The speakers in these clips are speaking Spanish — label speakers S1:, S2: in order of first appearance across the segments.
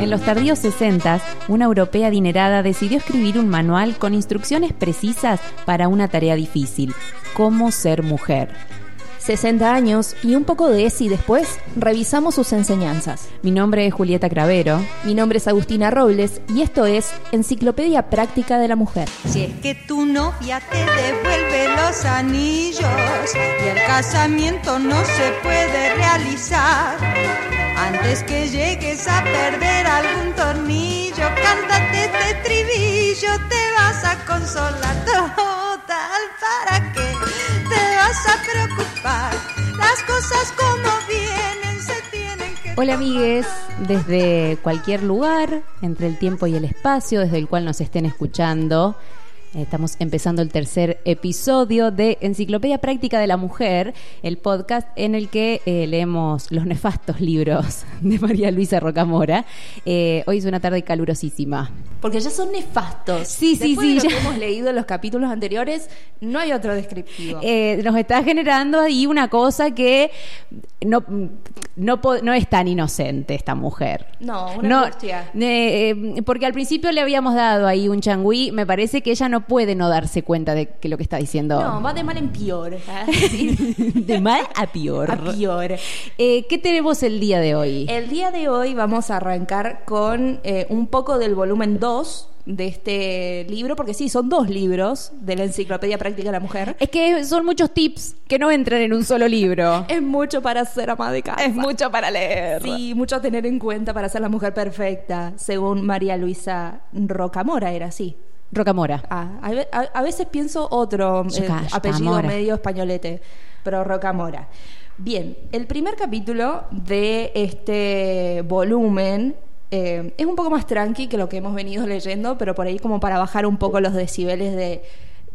S1: En los tardíos 60, una europea adinerada decidió escribir un manual con instrucciones precisas para una tarea difícil, cómo ser mujer.
S2: 60 años y un poco de ESI después, revisamos sus enseñanzas.
S1: Mi nombre es Julieta Cravero.
S2: Mi nombre es Agustina Robles y esto es Enciclopedia Práctica de la Mujer.
S3: Si es que tu novia te devuelve los anillos y el casamiento no se puede realizar, antes que llegues a perder algún tornillo, cántate este estribillo, te vas a consolar total para que te vas a preocupar. Las cosas como vienen se tienen que
S1: Hola amigues, desde cualquier lugar, entre el tiempo y el espacio desde el cual nos estén escuchando. eh, Estamos empezando el tercer episodio de Enciclopedia Práctica de la Mujer, el podcast en el que eh, leemos los nefastos libros de María Luisa Rocamora. Eh, hoy es una tarde calurosísima.
S2: Porque ya son nefastos.
S1: Sí, sí,
S2: Después
S1: sí,
S2: De lo
S1: ya.
S2: que hemos leído en los capítulos anteriores, no hay otro descriptivo.
S1: Eh, nos está generando ahí una cosa que no, no, po- no es tan inocente esta mujer.
S2: No, una angustia.
S1: eh, eh, porque al principio le habíamos dado ahí un changüí, me parece que ella no puede no darse cuenta de que lo que está diciendo.
S2: no, va de mal en peor. ¿ah?
S1: de mal a peor.
S2: A peor. Eh,
S1: Eh, ¿Qué tenemos el día de hoy?
S2: El día de hoy vamos a arrancar con eh, un poco del volumen 2 de este libro, porque sí, son dos libros de la Enciclopedia Práctica de la Mujer.
S1: Es que son muchos tips que no entran en un solo libro.
S2: Es mucho para ser ama de casa.
S1: es mucho para leer.
S2: Sí, mucho a tener en cuenta para ser la mujer perfecta, según María Luisa Rocamora, era así.
S1: Rocamora.
S2: Ah, a, ve- a- a veces pienso otro eh,
S1: Yoca-
S2: apellido
S1: Yocamora.
S2: medio españolete, pero Rocamora. Bien, el primer capítulo de este volumen eh, es un poco más tranqui que lo que hemos venido leyendo, pero por ahí como para bajar un poco los decibeles de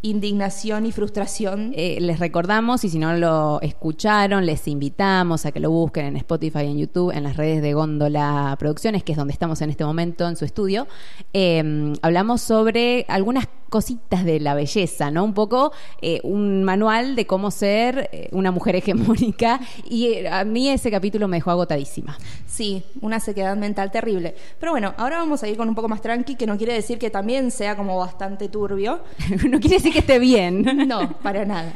S2: indignación y frustración.
S1: Eh, les recordamos, y si no lo escucharon, les invitamos a que lo busquen en Spotify, en YouTube, en las redes de Góndola Producciones, que es donde estamos en este momento en su estudio. Eh, hablamos sobre algunas cositas de la belleza, ¿no? Un poco eh, un manual de cómo ser eh, una mujer hegemónica. Y eh, a mí ese capítulo me dejó agotadísima.
S2: Sí, una sequedad mental terrible. Pero bueno, ahora vamos a ir con un poco más tranqui, que no quiere decir que también sea como bastante turbio.
S1: no quiere decir que esté bien.
S2: No, para nada.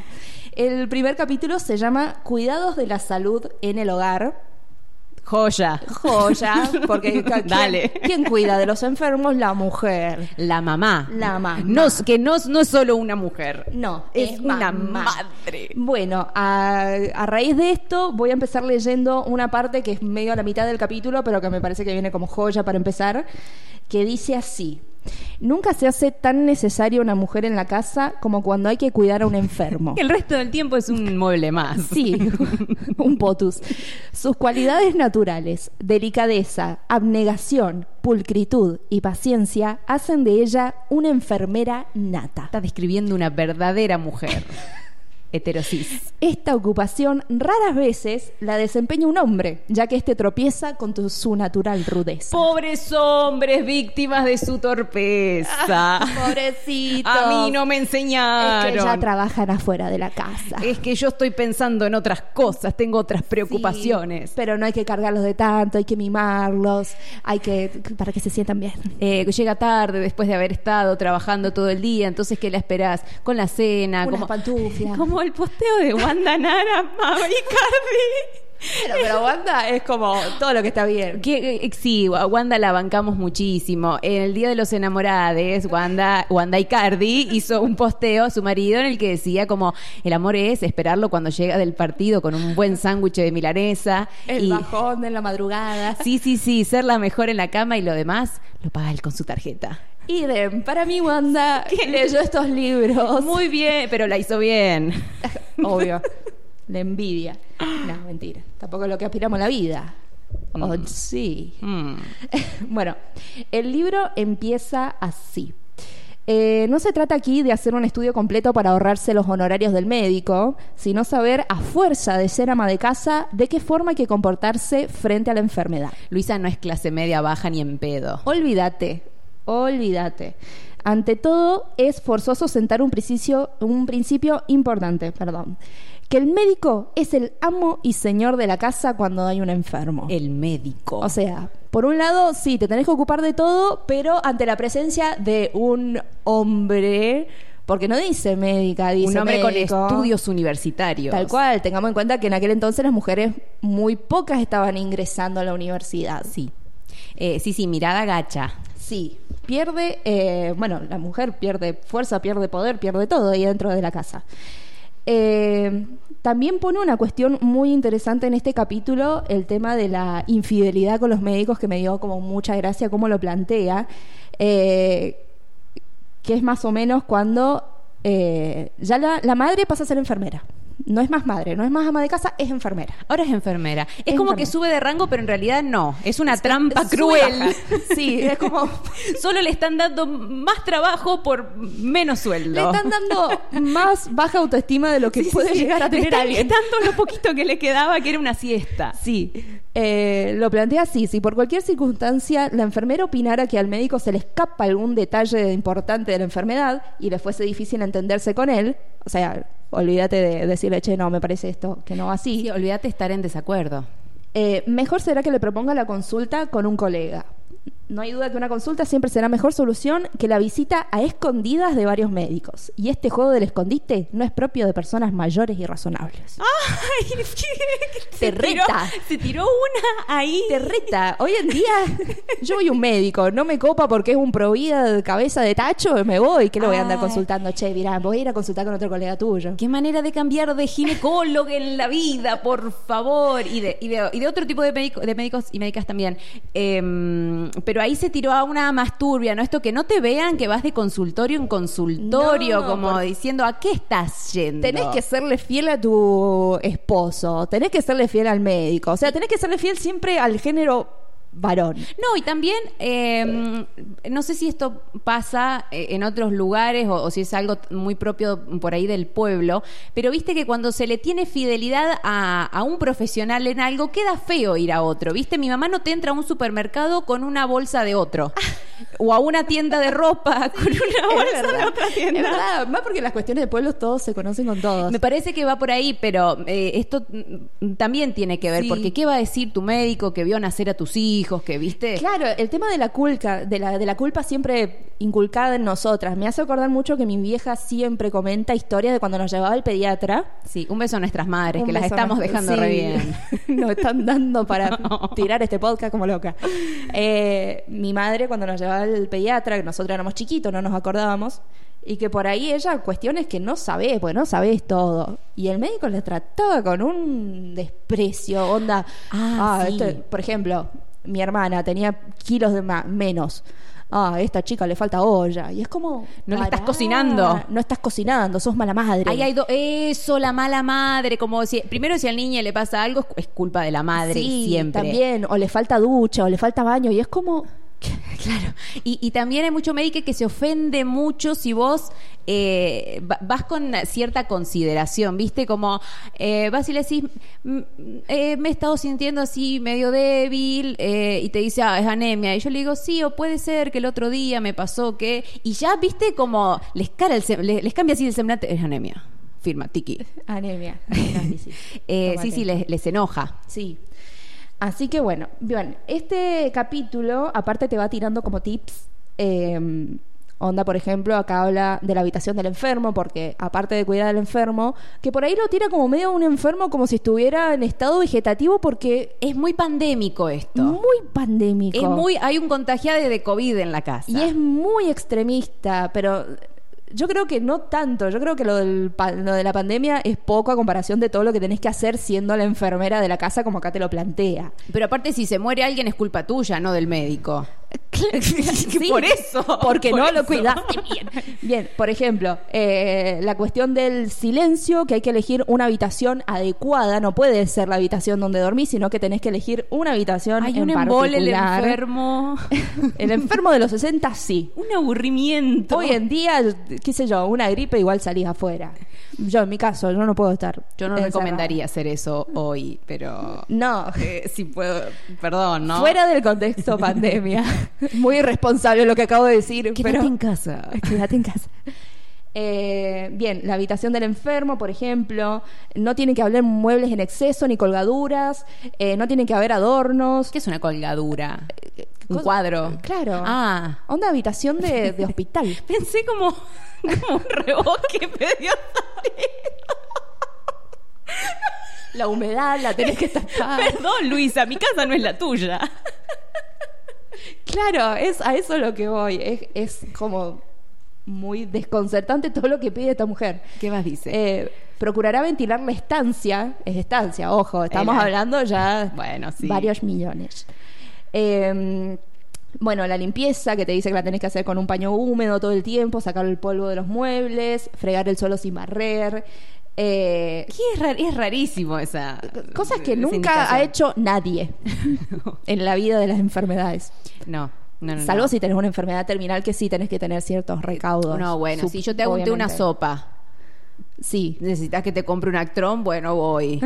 S2: El primer capítulo se llama Cuidados de la salud en el hogar.
S1: Joya.
S2: Joya, porque ca- ¿quién,
S1: Dale.
S2: ¿quién cuida de los enfermos? La mujer.
S1: La mamá.
S2: La mamá.
S1: No, es- que no, es- no es solo una mujer.
S2: No,
S1: Es
S2: es,
S1: una
S2: mamá.
S1: madre.
S2: Bueno, a, a raíz de esto voy a empezar leyendo una parte que es medio a la mitad del capítulo, pero que me parece que viene como joya para empezar, que dice así. Nunca se hace tan necesaria una mujer en la casa como cuando hay que cuidar a un enfermo.
S1: El resto del tiempo es un mueble más.
S2: Sí, un potus. Sus cualidades naturales, delicadeza, abnegación, pulcritud y paciencia hacen de ella una enfermera nata.
S1: Está describiendo una verdadera mujer. Heterosis.
S2: Esta ocupación raras veces la desempeña un hombre, ya que este tropieza con tu- su natural rudeza.
S1: Pobres hombres víctimas de su torpeza.
S2: Pobrecito.
S1: A mí no me
S2: Es
S1: enseñaron.
S2: que ya trabajan afuera de la casa.
S1: Es que yo estoy pensando en otras cosas, tengo otras preocupaciones.
S2: Sí, pero no hay que cargarlos de tanto, hay que mimarlos, hay que para que se sientan bien.
S1: Eh, llega tarde después de haber estado trabajando todo el día, entonces ¿qué la esperás? Con la cena,
S2: Unas
S1: como
S2: pantuflas.
S1: Como el posteo de Wanda Nara, Mama
S2: Pero, pero Wanda es como todo lo que está bien.
S1: Que, eh, sí, a Wanda la bancamos muchísimo. En el Día de los Enamorados, Wanda, Wanda Icardi hizo un posteo a su marido en el que decía como el amor es esperarlo cuando llega del partido con un buen sándwich de milanesa.
S2: El
S1: y,
S2: bajón en la madrugada.
S1: Sí, sí, sí, ser la mejor en la cama y lo demás lo paga él con su tarjeta.
S2: Idem, para mí Wanda leyó estos libros.
S1: Muy bien, pero la hizo bien.
S2: Obvio. La envidia. No, mentira. Tampoco es lo que aspiramos a la vida. Oh,
S1: Mm.
S2: sí.
S1: Mm.
S2: bueno, el libro empieza así. Eh, no se trata aquí de hacer un estudio completo para ahorrarse los honorarios del médico, sino saber a fuerza de ser ama de casa de qué forma hay que comportarse frente a la enfermedad.
S1: Luisa no es clase media baja ni en pedo.
S2: Olvídate, olvídate. Ante todo, es forzoso sentar un principio, un principio importante, perdón, que el médico es el amo y señor de la casa cuando hay un enfermo.
S1: El médico.
S2: O sea, por un lado, sí, te tenés que ocupar de todo, pero ante la presencia de un hombre, porque no dice médica, dice
S1: un hombre
S2: médico.
S1: con estudios universitarios.
S2: Tal cual, tengamos en cuenta que en aquel entonces las mujeres muy pocas estaban ingresando a la universidad.
S1: Sí. Eh, sí, sí, mirada gacha.
S2: Sí, pierde, eh, bueno, la mujer pierde fuerza, pierde poder, pierde todo ahí dentro de la casa. Eh, también pone una cuestión muy interesante en este capítulo, el tema de la infidelidad con los médicos, que me dio como mucha gracia cómo lo plantea, eh, que es más o menos cuando eh, ya la, la madre pasa a ser enfermera. No es más madre, no es más ama de casa, es enfermera.
S1: Ahora es enfermera. Es,
S2: Es
S1: como
S2: enfermera.
S1: que sube de rango, pero en realidad no. Es una trampa
S2: sube y
S1: Ah, cruel.
S2: baja. Sí, es como-
S1: Solo le están dando más trabajo por menos sueldo.
S2: Le están dando más baja autoestima de lo que
S1: Sí, sí,
S2: puede
S1: sí.
S2: llegar a
S1: Le
S2: tener
S1: están
S2: alguien.
S1: quitando lo poquito que le quedaba, que era una siesta.
S2: Sí, eh, lo plantea así, si por cualquier circunstancia la enfermera opinara que al médico se le escapa algún detalle importante de la enfermedad y le fuese difícil entenderse con él, o sea, olvídate de decirle, che, no, me parece esto, que no va así,
S1: Y olvídate estar en desacuerdo.
S2: eh, mejor será que le proponga la consulta con un colega. No hay duda que una consulta siempre será mejor solución que la visita a escondidas de varios médicos. Y este juego del escondite no es propio de personas mayores y razonables.
S1: ¡Ay! ¿qué- qué-
S2: Te
S1: tiró-
S2: reta.
S1: se tiró una ahí.
S2: Te reta. Hoy en día, yo voy a un médico, no me copa porque es un provida de cabeza de tacho, me voy. ¿Qué lo voy a andar
S1: Ay.
S2: consultando? Che, mirá, voy a ir a consultar con otro colega tuyo.
S1: Qué manera de cambiar de ginecólogo en la vida, por favor. Y de, y de- y de otro tipo de, médico- de médicos y médicas también. Em, pero ahí se tiró a una más turbia, ¿no? Esto que no te vean que vas de consultorio en consultorio,
S2: No,
S1: como
S2: por-
S1: diciendo, ¿a qué estás yendo?
S2: Tenés que serle fiel a tu esposo, tenés que serle fiel al médico, o sea, tenés que serle fiel siempre al género varón.
S1: No, y también, eh, no sé si esto pasa eh, en otros lugares o, o si es algo t- muy propio por ahí del pueblo, pero viste que cuando se le tiene fidelidad a, a un profesional en algo, queda feo ir a otro, viste, mi mamá no te entra a un supermercado con una bolsa de otro, o a una tienda de ropa con una
S2: Es
S1: bolsa de
S2: verdad,
S1: otra
S2: es
S1: tienda.
S2: verdad, más porque en las cuestiones de pueblos todos se conocen con todos.
S1: Me parece que va por ahí, pero eh, esto mm, también tiene que ver,
S2: Sí.
S1: porque ¿qué va a decir tu médico que vio nacer a tus hijos, que viste?
S2: Claro, el tema de la culpa, de la, de la culpa siempre inculcada en nosotras. Me hace acordar mucho que mi vieja siempre comenta historias de cuando nos llevaba al pediatra.
S1: Sí, un beso a nuestras madres,
S2: Un
S1: que las
S2: beso
S1: estamos
S2: a nuestra-
S1: dejando re bien.
S2: Sí. nos están dando para
S1: No.
S2: tirar este podcast como loca. Eh, mi madre, cuando nos llevaba al pediatra, que nosotros éramos chiquitos, no nos acordábamos, y que por ahí ella, cuestiones que no sabés, porque no sabés todo. Y el médico la trataba con un desprecio, onda.
S1: Ah, sí.
S2: este- por ejemplo, mi hermana tenía kilos de ma- menos. Ah, a esta chica le falta olla. Y es como.
S1: No le estás
S2: pará,
S1: cocinando.
S2: No estás cocinando, sos mala madre.
S1: Ahí hay do- eso, la mala madre, como si primero si al niño le pasa algo es cu- es culpa de la madre
S2: Sí,
S1: siempre.
S2: También, o le falta ducha, o le falta baño, y es como.
S1: Claro. Y, y también hay mucho médico que se ofende mucho si vos eh, va- vas con cierta consideración, ¿viste? Como eh, vas y le decís, "Mm, eh, me he estado sintiendo así medio débil, eh, y te dice, ah, es anemia. Y yo le digo, sí, o puede ser que el otro día me pasó que. Y ya, ¿viste? Como les, cara el sem- le- les, cambia así el semblante, es anemia. Firma, tiki.
S2: Anemia.
S1: Eh, sí, sí, les, les enoja.
S2: Sí. Así que bueno, bien, este capítulo, aparte te va tirando como tips. eh, onda, por ejemplo, acá habla de la habitación del enfermo, porque aparte de cuidar al enfermo, que por ahí lo tira como medio un enfermo, como si estuviera en estado vegetativo, porque
S1: Es muy pandémico
S2: es
S1: esto.
S2: muy pandémico.
S1: es muy, hay un contagiado de COVID en la casa.
S2: Y es muy extremista, pero yo creo que no tanto. Yo creo que lo, del pa- lo de la pandemia es poco a comparación de todo lo que tenés que hacer siendo la enfermera de la casa, como acá te lo plantea.
S1: Pero aparte, si se muere alguien es culpa tuya, no del médico.
S2: Sí,
S1: por eso,
S2: Porque
S1: por
S2: no lo
S1: eso.
S2: cuidaste bien. Bien, por ejemplo, eh, la cuestión del silencio, que hay que elegir una habitación adecuada. No puede ser la habitación donde dormís, sino que tenés que elegir una habitación
S1: Hay
S2: en
S1: un embole, el
S2: particular.
S1: enfermo.
S2: el enfermo de los 60, sí.
S1: un aburrimiento.
S2: Hoy en día, qué sé yo, una gripe igual salís afuera. Yo, en mi caso, yo no puedo estar.
S1: Yo no
S2: encerrada.
S1: recomendaría hacer eso hoy, pero.
S2: No.
S1: eh, si puedo. Perdón, ¿no?
S2: Fuera del contexto pandemia. Muy irresponsable lo que acabo de decir.
S1: Quédate
S2: pero-
S1: en casa.
S2: Quédate en casa. Eh, bien, la habitación del enfermo, por ejemplo, no tienen que haber muebles en exceso ni colgaduras, eh, no tienen que haber adornos.
S1: ¿Qué es una colgadura? Un
S2: Eh, Cos-
S1: cuadro.
S2: Claro.
S1: Ah.
S2: Onda habitación de, de hospital.
S1: Pensé como, como un reboque pediontario.
S2: La humedad la tenés que tapar.
S1: Perdón, Luisa, mi casa no es la tuya.
S2: claro, es a eso lo que voy. Es, es como muy desconcertante todo lo que pide esta mujer.
S1: ¿Qué más dice?
S2: Eh, procurará ventilar la estancia, es estancia, ojo, estamos
S1: El-
S2: hablando ya
S1: bueno, sí.
S2: varios millones. Eh, bueno, la limpieza, que te dice que la tenés que hacer con un paño húmedo todo el tiempo, sacar el polvo de los muebles, fregar el suelo sin barrer. eh,
S1: ¿Qué es, ra- es rarísimo esa.
S2: cosas que
S1: esa
S2: nunca ha
S1: indicación.
S2: hecho nadie en la vida de las enfermedades.
S1: No, no, no.
S2: Salvo
S1: no.
S2: si tenés una enfermedad terminal que sí tenés que tener ciertos recaudos.
S1: No, bueno,
S2: Sup-
S1: si yo te hago un té, una
S2: obviamente.
S1: sopa.
S2: Sí,
S1: Necesitas que te compre un actrón, bueno, voy.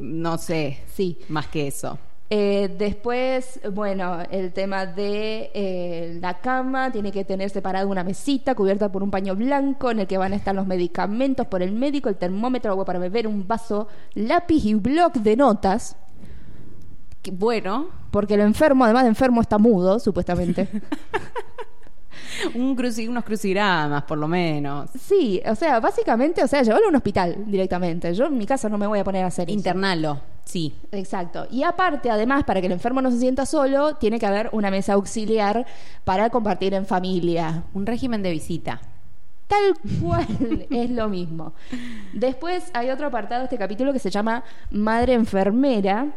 S1: No sé,
S2: sí.
S1: más que eso.
S2: Eh, después, bueno, el tema de eh, la cama tiene que tener separada una mesita cubierta por un paño blanco en el que van a estar los medicamentos por el médico, el termómetro, agua para beber, un vaso, lápiz y bloc de notas,
S1: Que- bueno,
S2: porque el enfermo, además de enfermo, está mudo, supuestamente.
S1: un cruci- unos crucigramas, por lo menos.
S2: sí, o sea, básicamente, o sea, llevarlo a un hospital directamente. Yo en mi casa no me voy a poner a hacer eso.
S1: Internalo, sí.
S2: Exacto. Y aparte, además, para que el enfermo no se sienta solo, tiene que haber una mesa auxiliar para compartir en familia.
S1: Un régimen de visita.
S2: Tal cual es lo mismo. Después hay otro apartado de este capítulo que se llama Madre Enfermera,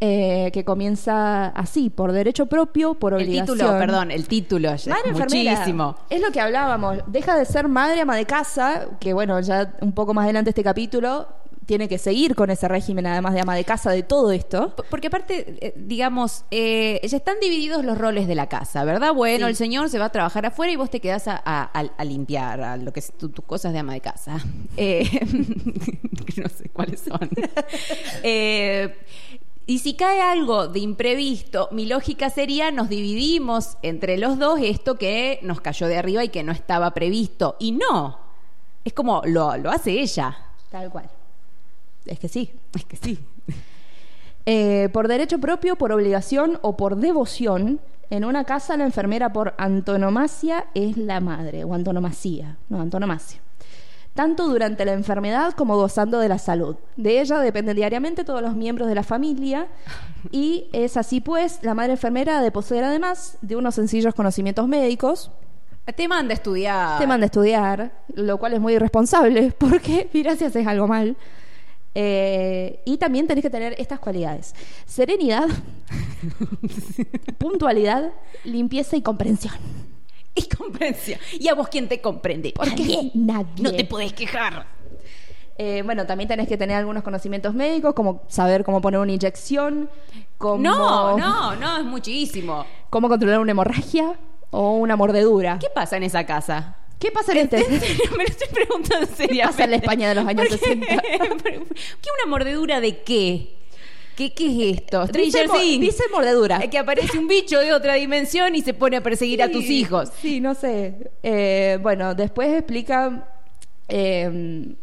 S2: eh, que comienza así, por derecho propio, por
S1: El
S2: obligación.
S1: título, perdón, el título. ya
S2: Madre
S1: es
S2: enfermera.
S1: Muchísimo.
S2: Es lo que hablábamos. Deja de ser madre ama de casa, que bueno, ya un poco más adelante este capítulo tiene que seguir con ese régimen además de ama de casa de todo esto.
S1: P- Porque aparte, eh, digamos, eh, ya están divididos los roles de la casa, ¿verdad? Bueno,
S2: Sí.
S1: el señor se va a trabajar afuera y vos te quedás a, a- a- a limpiar, a lo que es tu- tus cosas de ama de casa. Eh, no sé cuáles son. Eh, y si cae algo de imprevisto, mi lógica sería nos dividimos entre los dos esto que nos cayó de arriba y que no estaba previsto. Y no, es como lo, lo hace ella.
S2: Tal cual. Es que sí.
S1: Es que sí.
S2: Eh, por derecho propio, por obligación o por devoción, en una casa la enfermera por antonomasia es la madre, o antonomasia, no, antonomasia. Tanto durante la enfermedad como gozando de la salud. De ella dependen diariamente todos los miembros de la familia y es así pues, la madre enfermera ha de poseer además de unos sencillos conocimientos médicos,
S1: Te manda a estudiar.
S2: te manda a estudiar, lo cual es muy irresponsable, porque mira si haces algo mal. Eh, y también tenés que tener estas cualidades: serenidad, puntualidad, limpieza y comprensión.
S1: Y comprensión. ¿Y a vos quién te comprende?
S2: Nadie, nadie.
S1: no te podés quejar.
S2: Eh, bueno, también tenés que tener algunos conocimientos médicos, como saber cómo poner una inyección, cómo,
S1: No, no, no, es muchísimo.
S2: cómo controlar una hemorragia o una mordedura.
S1: ¿Qué pasa en esa casa?
S2: qué pasa en este?
S1: En serio, me lo estoy preguntando seriamente.
S2: pasa en la España de los años
S1: Porque-
S2: 60?
S1: ¿Qué una mordedura de qué? ¿Qué, qué es esto?
S2: Dice
S1: Stranger
S2: mo-
S1: Things. Eh,
S2: dice mordedura.
S1: Que aparece un bicho de otra dimensión y se pone a perseguir a tus
S2: Sí,
S1: hijos.
S2: Sí, no sé. Eh, bueno, después explica eh,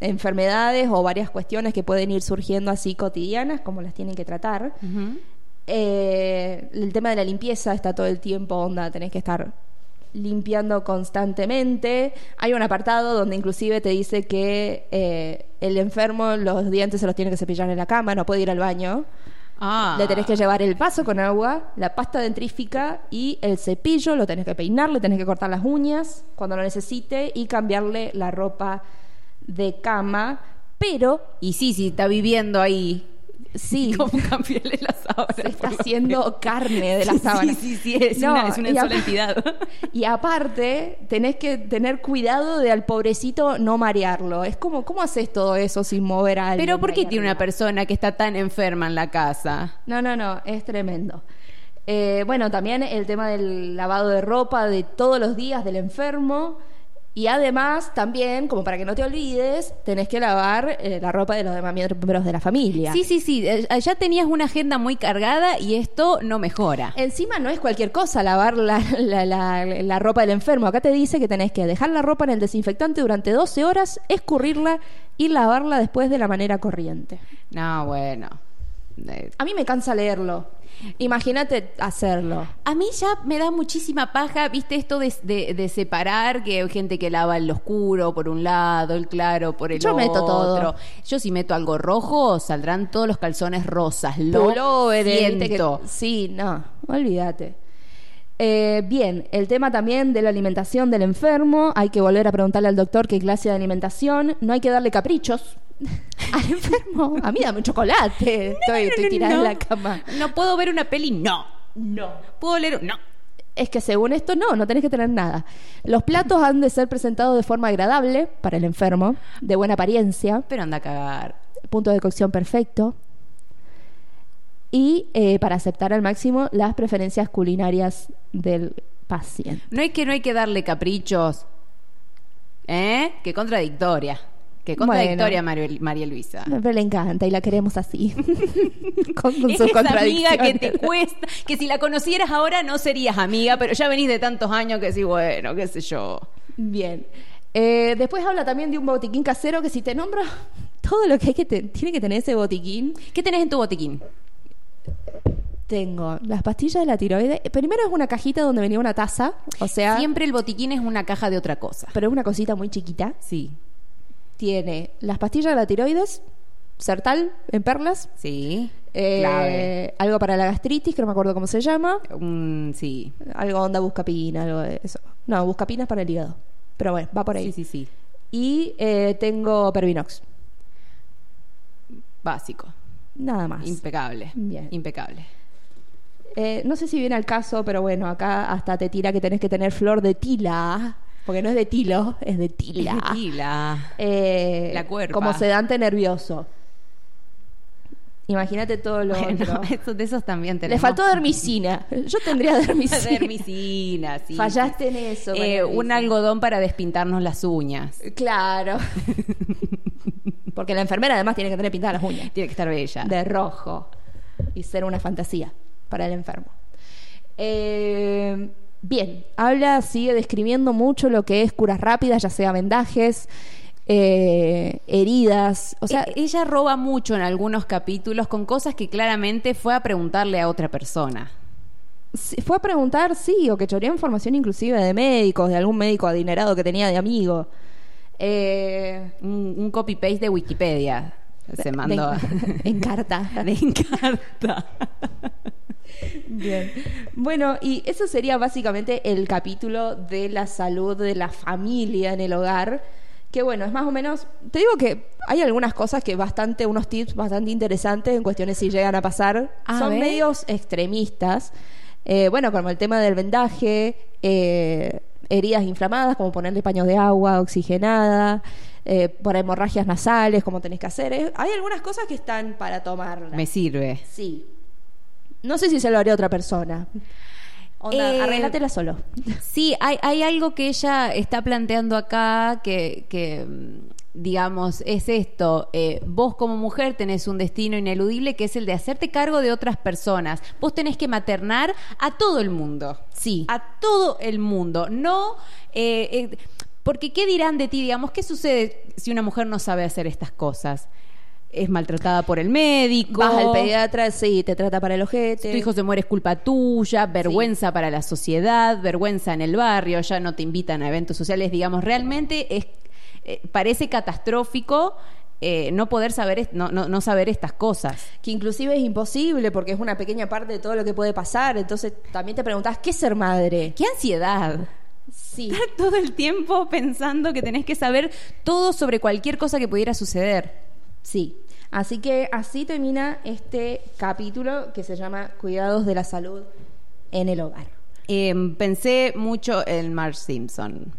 S2: enfermedades o varias cuestiones que pueden ir surgiendo así cotidianas, como las tienen que tratar. Eh, el tema de la limpieza está todo el tiempo, onda, tenés que estar limpiando constantemente. Hay un apartado donde inclusive te dice que eh, el enfermo los dientes se los tiene que cepillar en la cama, no puede ir al baño.
S1: Ah.
S2: Le tenés que llevar el vaso con agua, la pasta dentrífica y el cepillo, lo tenés que peinar, le tenés que cortar las uñas cuando lo necesite y cambiarle la ropa de cama, pero
S1: Y sí, sí, está viviendo ahí.
S2: sí,
S1: ¿Cómo cambiarle la sábana?
S2: se está
S1: por lo
S2: haciendo carne de la
S1: Sí,
S2: sábana.
S1: Sí, sí, sí, es
S2: No,
S1: una, es una
S2: y
S1: sola
S2: apa-
S1: entidad.
S2: Y aparte, tenés que tener cuidado de al pobrecito no marearlo. Es como, ¿cómo haces todo eso sin mover a alguien?
S1: Pero ¿por
S2: de
S1: qué
S2: ahí
S1: tiene una
S2: arriba?
S1: persona que está tan enferma en la casa?
S2: No, no, no, es tremendo. Eh, bueno, también el tema del lavado de ropa de todos los días del enfermo, Y además, también, como para que no te olvides, tenés que lavar eh, la ropa de los demás miembros de la familia.
S1: Sí, sí, sí. eh, Ya tenías una agenda muy cargada y esto no mejora.
S2: Encima no es cualquier cosa lavar la, la- la- la ropa del enfermo. Acá te dice que tenés que dejar la ropa en el desinfectante durante 12 horas, escurrirla y lavarla después de la manera corriente.
S1: No, bueno. Eh,
S2: A mí me cansa leerlo. Imagínate hacerlo.
S1: A mí ya me da muchísima paja, viste, esto de, de- de separar, que hay gente que lava el oscuro por un lado, el claro por el
S2: Yo
S1: otro.
S2: meto todo.
S1: Yo si meto algo rojo, saldrán todos los calzones rosas. Lo
S2: Pullover, viste que-
S1: siento.
S2: Sí, no, olvídate. Eh, bien, el tema también de la alimentación del enfermo. Hay que volver a preguntarle al doctor qué clase de alimentación. No hay que darle caprichos al enfermo. A mí dame un chocolate. estoy estoy tirada en la cama.
S1: No puedo ver una peli, no. No. Puedo leer, un- no.
S2: Es que según esto, no, no tenés que tener nada. Los platos han de ser presentados de forma agradable para el enfermo, de buena apariencia.
S1: Pero anda a cagar.
S2: punto de cocción perfecto y eh, para aceptar al máximo las preferencias culinarias del paciente.
S1: No es que no hay que darle caprichos. ¿Eh? Qué contradictoria. Qué
S2: Bueno.
S1: contradictoria, Mario- María Luisa.
S2: Pero le encanta y la queremos así. con, con sus
S1: Esa amiga que te
S2: contradicciones.
S1: cuesta, que si la conocieras ahora no serías amiga, pero ya venís de tantos años que sí, bueno, qué sé yo.
S2: Bien. Eh, después habla también de un botiquín casero que si te nombro todo lo que, hay que te- tiene que tener ese botiquín.
S1: ¿Qué tenés en tu botiquín?
S2: Tengo las pastillas de la tiroides. Primero es una cajita donde venía una taza, o sea,
S1: Siempre el botiquín es una caja de otra cosa.
S2: pero es una cosita muy chiquita.
S1: Sí,
S2: Tiene las pastillas de la tiroides, Sertal en perlas,
S1: sí.
S2: Eh,
S1: Clave.
S2: algo para la gastritis, que no me acuerdo cómo se llama.
S1: Mm, sí.
S2: Algo onda buscapina, algo de eso. No, buscapina es para el hígado. Pero bueno, va por ahí.
S1: Sí, sí, sí.
S2: Y eh, tengo Pervinox.
S1: Básico.
S2: Nada más.
S1: Impecable.
S2: Bien.
S1: Impecable.
S2: Eh, no sé si viene al caso, pero bueno, acá hasta te tira que tenés que tener flor de tila. Porque no es de tilo, es de tila.
S1: Tranquila.
S2: Eh,
S1: La cuerpa.
S2: Como sedante nervioso. Imagínate todo lo
S1: Bueno,
S2: otro.
S1: eso- de esos también
S2: Le
S1: tenemos.
S2: faltó dermicina. Yo tendría dermicina.
S1: Dermicina, sí.
S2: Fallaste en eso,
S1: Eh,
S2: María
S1: un
S2: Luisa.
S1: algodón para despintarnos las uñas.
S2: Claro. Porque la enfermera además tiene que tener pintadas las uñas
S1: Tiene que estar bella.
S2: de rojo y ser una fantasía para el enfermo. Eh, bien, habla, sigue describiendo mucho lo que es curas rápidas, ya sea vendajes, eh, heridas, o sea,
S1: E- ella roba mucho en algunos capítulos con cosas que claramente fue a preguntarle a otra persona.
S2: si- fue a preguntar, sí, o que choreó información inclusive de médicos, de algún médico adinerado que tenía de amigo. Eh,
S1: Un, un copy-paste de Wikipedia se
S2: de-
S1: mandó. a-
S2: en carta.
S1: Me encanta.
S2: Bien. Bueno, y eso sería básicamente el capítulo de la salud de la familia en el hogar. Que bueno, es más o menos. Te digo que hay algunas cosas que bastante, unos tips bastante interesantes en cuestiones si llegan a pasar.
S1: A
S2: Son
S1: ver.
S2: medios extremistas. Eh, bueno, como el tema del vendaje, eh, heridas inflamadas, como ponerle paños de agua oxigenada, eh, por hemorragias nasales, como tenés que hacer. Eh, hay algunas cosas que están para tomarlas.
S1: Me sirve.
S2: Sí. No sé si se lo haría a otra persona. Onda,
S1: Eh,
S2: arréglatela solo.
S1: Sí, hay, hay algo que ella está planteando acá que, que, mm, digamos, es esto. eh, vos como mujer tenés un destino ineludible que es el de hacerte cargo de otras personas. Vos tenés que maternar a todo el mundo.
S2: Sí.
S1: A todo el mundo. No... eh, eh, porque ¿qué dirán de ti? Digamos, ¿qué sucede si una mujer no sabe hacer estas cosas? Es maltratada por el médico.
S2: Vas al pediatra, sí, te trata para el ojete.
S1: Tu hijo se muere es culpa tuya, vergüenza para la sociedad, vergüenza en el barrio, ya no te invitan a eventos sociales, digamos, realmente es eh, parece catastrófico eh, no poder saber est- no, no, no saber estas cosas.
S2: que inclusive es imposible porque es una pequeña parte de todo lo que puede pasar. Entonces también te preguntás, ¿qué es ser madre?
S1: Qué ansiedad.
S2: Sí.
S1: Estar todo el tiempo pensando que tenés que saber todo sobre cualquier cosa que pudiera suceder.
S2: Sí. Así que así termina este capítulo que se llama Cuidados de la Salud en el Hogar.
S1: Eh, pensé mucho en Marge Simpson.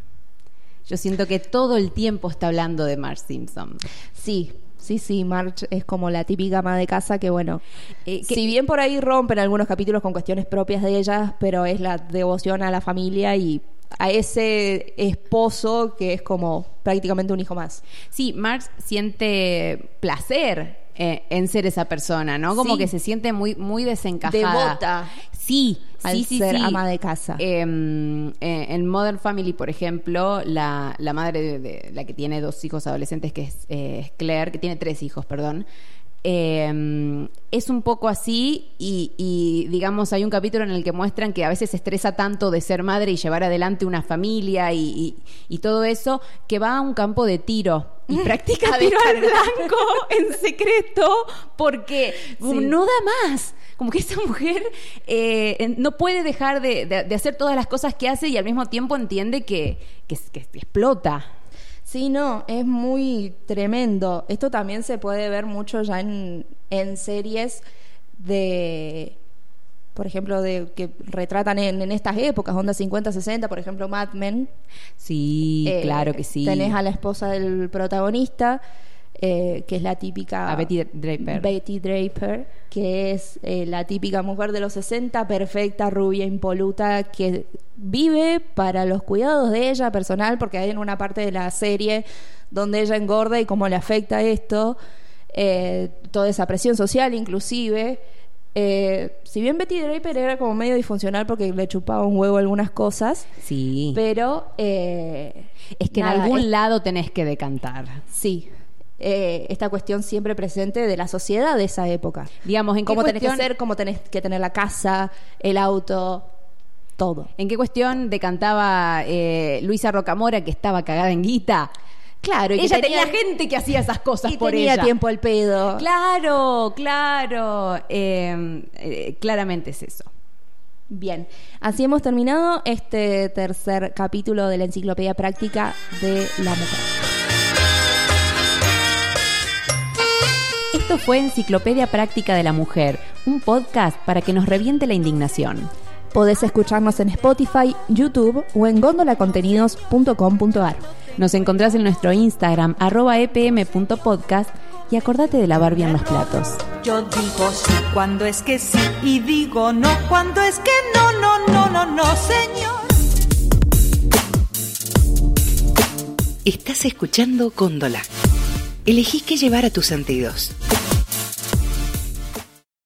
S1: Yo siento que todo el tiempo está hablando de Marge Simpson.
S2: Sí, sí, sí, March es como la típica ama de casa que, bueno,
S1: Eh, que-
S2: si bien por ahí rompen algunos capítulos con cuestiones propias de ellas, pero es la devoción a la familia y a ese esposo que es como prácticamente un hijo más.
S1: Sí, Marx siente placer eh, en ser esa persona, ¿no? Como
S2: Sí.
S1: que se siente muy, muy desencajada.
S2: Devota.
S1: Sí,
S2: Al
S1: sí, sí,
S2: ser
S1: sí.
S2: ama de casa.
S1: Eh, eh, en Modern Family, por ejemplo, la, la madre de, de- la que tiene dos hijos adolescentes, que es eh, Claire, que tiene tres hijos, perdón. eh, es un poco así y, y, digamos hay un capítulo en el que muestran que a veces se estresa tanto de ser madre y llevar adelante una familia y, y- y todo eso que va a un campo de tiro y practica
S2: A
S1: tiro al
S2: descargar.
S1: blanco en secreto porque
S2: Sí.
S1: no da más. Como que esa mujer eh, no puede dejar de, de- de hacer todas las cosas que hace y al mismo tiempo entiende que, que, que explota.
S2: Sí, no, es muy tremendo. Esto también se puede ver mucho ya en, en series de, por ejemplo, de que retratan en, en estas épocas, onda 50, 60, por ejemplo, Mad Men.
S1: Sí,
S2: Eh,
S1: claro que sí.
S2: Tenés a la esposa del protagonista, eh, que es la típica...
S1: A Betty Draper.
S2: Betty Draper, que es eh, la típica mujer de los 60, perfecta, rubia, impoluta, que vive para los cuidados de ella personal, porque hay en una parte de la serie donde ella engorda y cómo le afecta esto, eh, toda esa presión social inclusive. Eh, si bien Betty Draper era como medio disfuncional porque le chupaba un huevo algunas cosas,
S1: sí.
S2: pero eh,
S1: es que en
S2: nada,
S1: algún
S2: es-
S1: lado tenés que decantar.
S2: sí eh, esta cuestión siempre presente de la sociedad de esa época
S1: Digamos, ¿en qué
S2: cómo tenés
S1: cuestión-
S2: que ser cómo tenés que tener la casa el auto todo
S1: ¿En qué cuestión decantaba eh, Luisa Rocamora que estaba cagada en guita?
S2: claro
S1: Ella tenía gente que hacía esas cosas
S2: y
S1: por
S2: tenía
S1: ella.
S2: tiempo al pedo
S1: Claro, claro. Eh, eh, claramente es eso.
S2: bien así hemos terminado este tercer capítulo de la enciclopedia práctica de la mujer
S1: Esto fue Enciclopedia Práctica de la Mujer, un podcast para que nos reviente la indignación.
S2: podés escucharnos en Spotify YouTube o en gondolacontenidos.com.ar
S1: Nos encontrás en nuestro Instagram, arroba E epm.podcast, y acordate de lavar bien los platos.
S3: Yo digo sí cuando es que sí y digo no cuando es que no, no, no, no, no, señor.
S4: Estás escuchando Cóndola. Elegí qué llevar a tus sentidos.